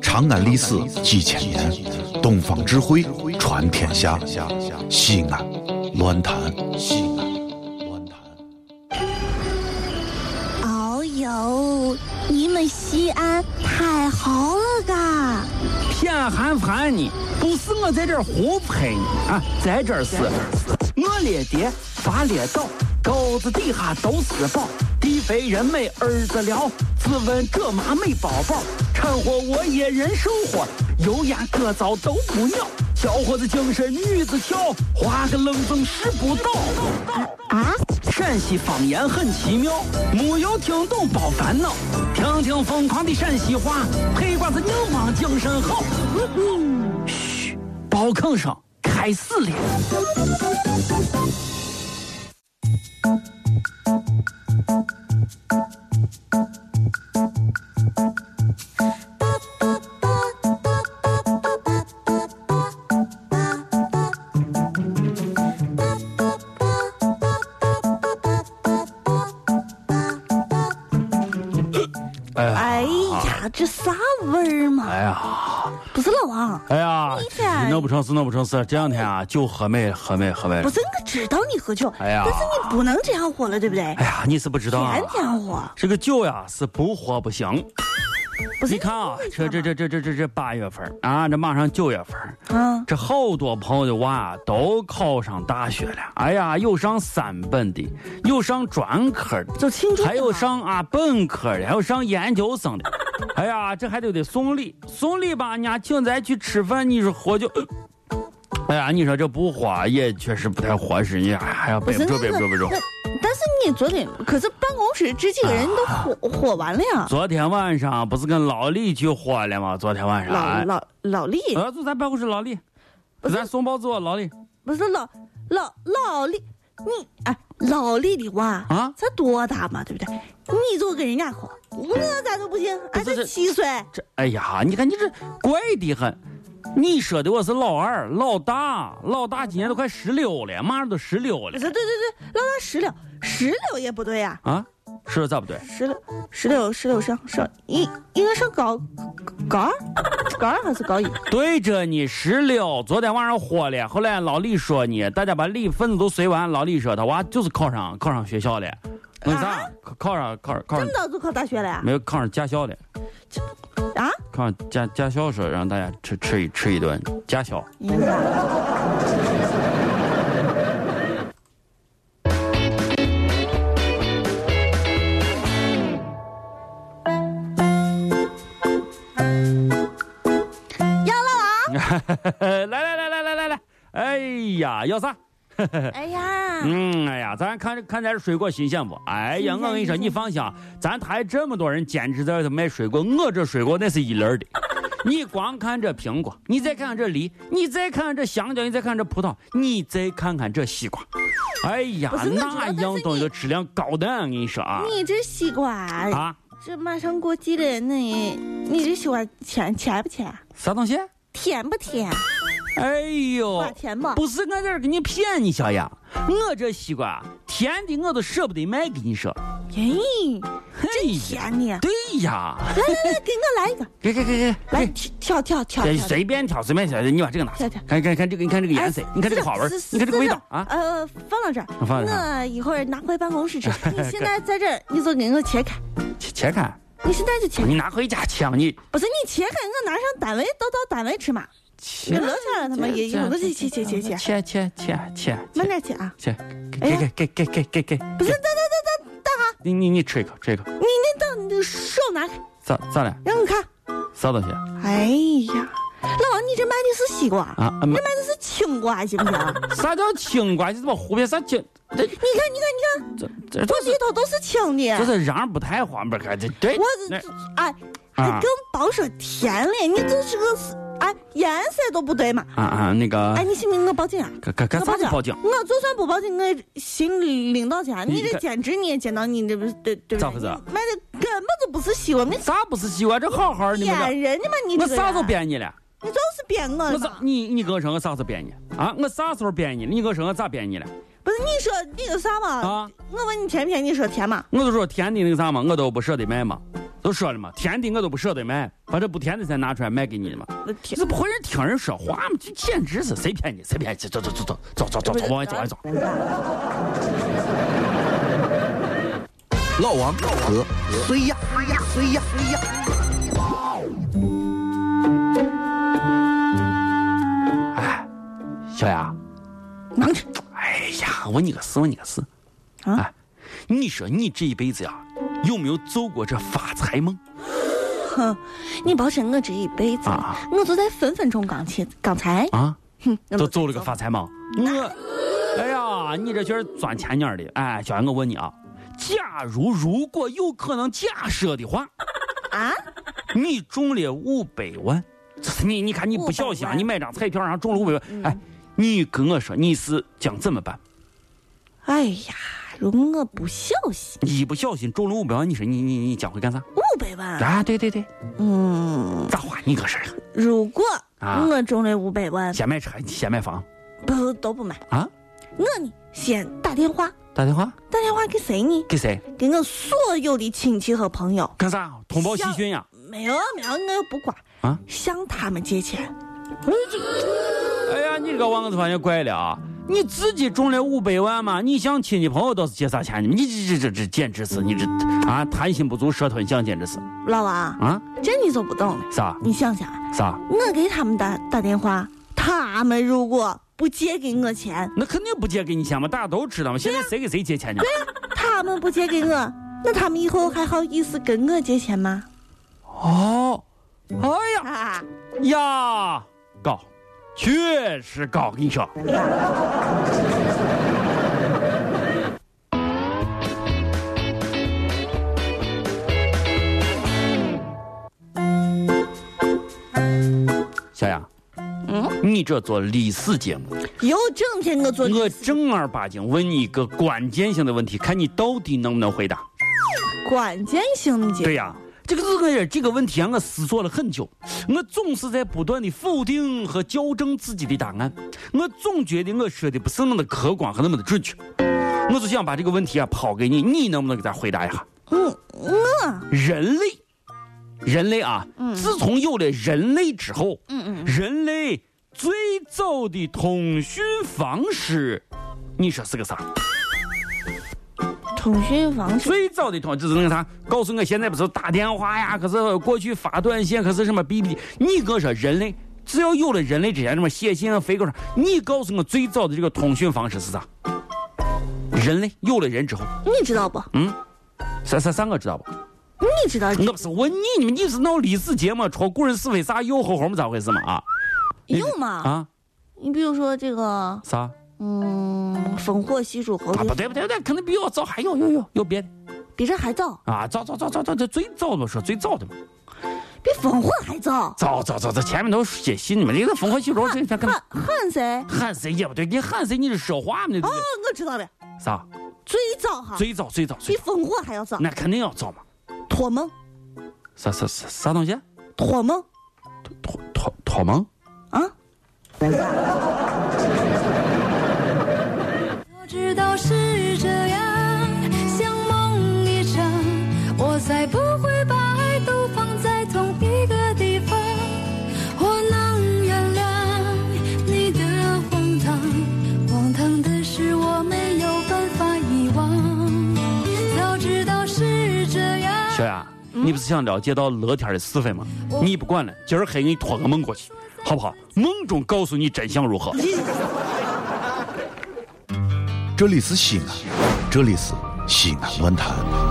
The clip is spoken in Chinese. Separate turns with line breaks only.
长安历史几千年，东方智慧传天下。西安，乱谈西安，乱谈。
哦呦，你们西安太好了嘎！
偏寒寒你，不是我在这儿胡喷你啊，在这儿是，我列爹爸列倒，沟子底下都是宝，地肥人美儿子了，自问这妈没宝宝，掺和我也人生活，油盐各糟都不尿，小伙子精神女子俏，花个愣风使不倒。
啊，
陕西方言很奇妙，没有听懂别烦恼，听听疯狂的陕西话，黑瓜子硬邦精神好。嘘，包吭声开始了。
哎呀，这啥味儿嘛？
哎呀，
不是老王，
哎呀
你咋，
弄不成事，弄不成事。这两天啊，酒喝美了，喝美了，喝美
不
了。
是我知道你喝酒，
哎呀
但是你不能这样喝了，对不对？
哎呀，你是不知道啊
天，天喝，
这个酒呀是不喝不行。
不是
你看啊
为，
这
什
这
么
这这这这这八月份儿啊，这马上九月份儿，
嗯，
这好多朋友的娃啊都考上大学了。哎呀，有上三本的，有上专科的，
就庆祝
还有
嘛
上啊本科的，还有上研究生的。哎呀，这还得得送礼，送礼吧，人家请咱去吃饭，你说喝酒。 哎呀，你说这不花也确实不太合适，你哎还要
不
背
是
不住
那
背不
个
住背不住。
那但是你昨天可是办公室这几个人都火火完了呀，
哎昨天啊晚上不是跟老李去喝了吗？昨天晚上，
老
哎
老老李
呃，就咱办公室老李，
不是
咱送包子我老李
不是老老老李，你哎老李的娃
啊
才多大嘛，对不对？你就跟人家喝，我咋就不行？俺
不是
才
这
七岁，
这，哎呀，你看你这怪的很。你说的我是老二，老大，老大今年都快十六了，马上都十六
不
了
是对对对，老大十六，十六也不对呀、
啊，是咋不对？
十六十六十六上上应应该上高高二，高二还是高一？
对着你十六，昨天晚上喝了，后来老李说你，大家把礼份子都随完，老李说他娃就是考上考上学校了，那啥
啊，
考考上考上考
这
上
么早就考大学了呀？
没有考上驾校了，
啊？
考上驾驾校说让大家吃吃一吃一顿驾校。
你看
来来来来来来来，哎呀，要啥？
哎 呀，
嗯，哎呀，咱看看咱水果新鲜不？哎呀，
新鲜
我跟你说，
新鲜
你放心，啊，咱台这么多人坚持在这卖水果，我这水果那是一流儿的。 你光看这苹果，你再看看这梨，你再看看这香蕉，你再看看这葡萄，你再看看这西瓜。哎呀
不是，那主要
那
但是
样东西
你
都质量高的，我跟你说啊
你这西瓜，
啊，
这马上过季了，你你这西瓜甜甜不甜？
啥东西？
甜不甜？
哎呦
瓜，甜不？
不是俺在这儿给你骗你，小雅，我这西瓜甜的我都舍不得卖给你说。
咦，
嘿哎呀，
甜的！
对 呀，
来，给我来一个，
给给给给，
来
给
挑挑挑
哎，
挑。
随便挑，随便挑，你把这个拿
挑挑。
看看看这个，你看这个颜色
哎，
你看这个花纹，你看这个味道啊！
呃，放到这儿，
放到这儿
我一会儿拿回办公室 吃。你现在在这儿，你就给我切开，
切切开，
你现在就切开
你，拿回家切吧，你
不是你切开，我拿上单位，都到单位吃嘛。
切
这楼下人他妈也有，我就切切切切，
切切切切
慢点切啊！
切，给给给给给给给，
不是，等等等等等哈，
你你你吃一口，吃一口，
你那等你手拿开，
咋咋了？
让我看。
啥东西
哎呀，老王，你这卖的是西瓜，
啊？啊没
这卖的是青瓜，行不行？
啥叫青瓜？你怎么胡编啥青？这
你看，你看，你看，
这这
这里头都是青的。
这这瓤不太黄不还这对？
我
那啊
哎，还更甭说甜了，你就是个哎颜色都不对嘛。
啊啊那
哎，
个，
你信不信我报警啊？
干干干啥子报警？
我就算不报警，我也寻领导去啊。
你
你这
看
兼职你也见到你这不是对对不对？
咋回事啊
卖的根本就不是西瓜，你
啥不是西瓜？这好好的，你们
编
这
人家嘛你
我
这个
啥时候
人？啊
编你了？
你就是编我
我
的
咋
嘛。
你你跟我说我啥时候编你啊？我啥时候编你了？你跟我说我咋编你了
不是你说你有啥嘛？
啊？
我问你甜不甜？你说甜嘛？
我就说甜的那个啥嘛，我都不舍得卖嘛，都说了嘛，甜的我都不舍得卖，把这不甜的才拿出来卖给你了嘛。
我的天
这！不会人听人说话嘛？这简直是谁骗你谁骗你？走走走走走走走走，往外走往外走。
老王和谁呀谁呀谁呀谁呀？
哎，小雅，
能吃
哎呀，我问你个事，问你个事，
啊
哎？你说你这一辈子呀，有没有做过这发财梦？
哼，你保证我这一辈子
啊，
我就在分分钟刚才刚才，
啊，
哼，我
都做了个发财梦。我，哎呀，你这就是钻钱眼儿的。哎，小杨，我问你啊，假如如果有可能假设的话，
啊，
你中了五百万，你你看你不小心
500
啊，
万嗯
你买张彩票然后中了五百万，哎，你跟我说你是将怎么办？
哎呀，如果我不小心，
你一不小心中了五百万，你说你你你将会干啥？
五百万，
啊，对对对，
嗯，
咋花？你可是
如果
啊
我中了五百万，
先买车，先买房
不都不买，
啊？
我呢先打电话，
打电话
打电话给谁呢？
给谁？
给我所有的亲戚和朋友，
干啥？通报喜讯呀？
没有没有，我又不管
啊
向他们借钱，
哎呀，你这个娃我就发现怪了啊！你自己中了五百万嘛，你向亲戚朋友倒是借啥钱？你这这这这简直是你这啊贪心不足蛇吞象，简直是
老王，
啊
这你就不懂了。
啥
你想想，
啥？
我给他们打打电话，他们如果不借给我钱，
那肯定不借给你钱嘛，大家都知道嘛。现在谁给谁借钱呢？
他们不借给我，那他们以后还好意思跟我借钱吗？
哦，哎呀
啊，
呀，高，确实高，跟你说。小杨，嗯，你这做历史节目，
有整天我做
我正儿八经问你一个关键性的问题，看你到底能不能回答。
关键性的节目
对呀、这个这个这个问题啊，我思索了很久，我总是在不断的否定和校正自己的答案，我总觉得我说的不是那么的客观和那么的准确，我就想把这个问题啊抛给你，你能不能给咱回答一下？
嗯，
人类，人类啊，自从有了人类之后，嗯嗯，人类最早的通讯方式，你说是个啥？
通讯方式
最早的通就是那个啥，告诉我现在不是打电话呀，可是过去发短信，可是什么哔哔。你跟我说人类，只要有了人类之前什么写信啊、飞鸽啥，你告诉我最早的这个通讯方式是啥？人类有了人之后，
你知道不？
嗯三三三个知道不？
你知道
我不是问你，你们你是闹历史节目，戳古人是非啥又吼吼么咋回事嘛啊
有吗？
啊
你比如说这个，
啥？啊
嗯，烽火戏诸侯，
不对不对不对，可能比我早，还有有有有别的
比这还早，
啊，早早早早早早最早的嘛说最早的嘛，
比烽火还早。
早早早早前面都写信你们这个烽火戏楼这这干嘛
喊？喊谁？
喊谁也不对，你喊谁你是说话呢？对不
哦
对？，
我知道了，
啥？
最早哈，
最早最早
比
最早，
烽火还要早。
那肯定要早嘛。
托梦，
啥啥啥啥东西？
托梦
托托托梦？
啊！
我知道是这样，像梦一场，我才不会把爱都放在同一个地方。我能原谅你的荒唐，荒唐的是我没有办法遗忘。早知道是这样。
小雅，你不是想了解到乐天的是非吗？你不管了，今儿黑给你托个梦过去，好不好？梦中告诉你真相如何。
这里是西安，这里是西安论坛。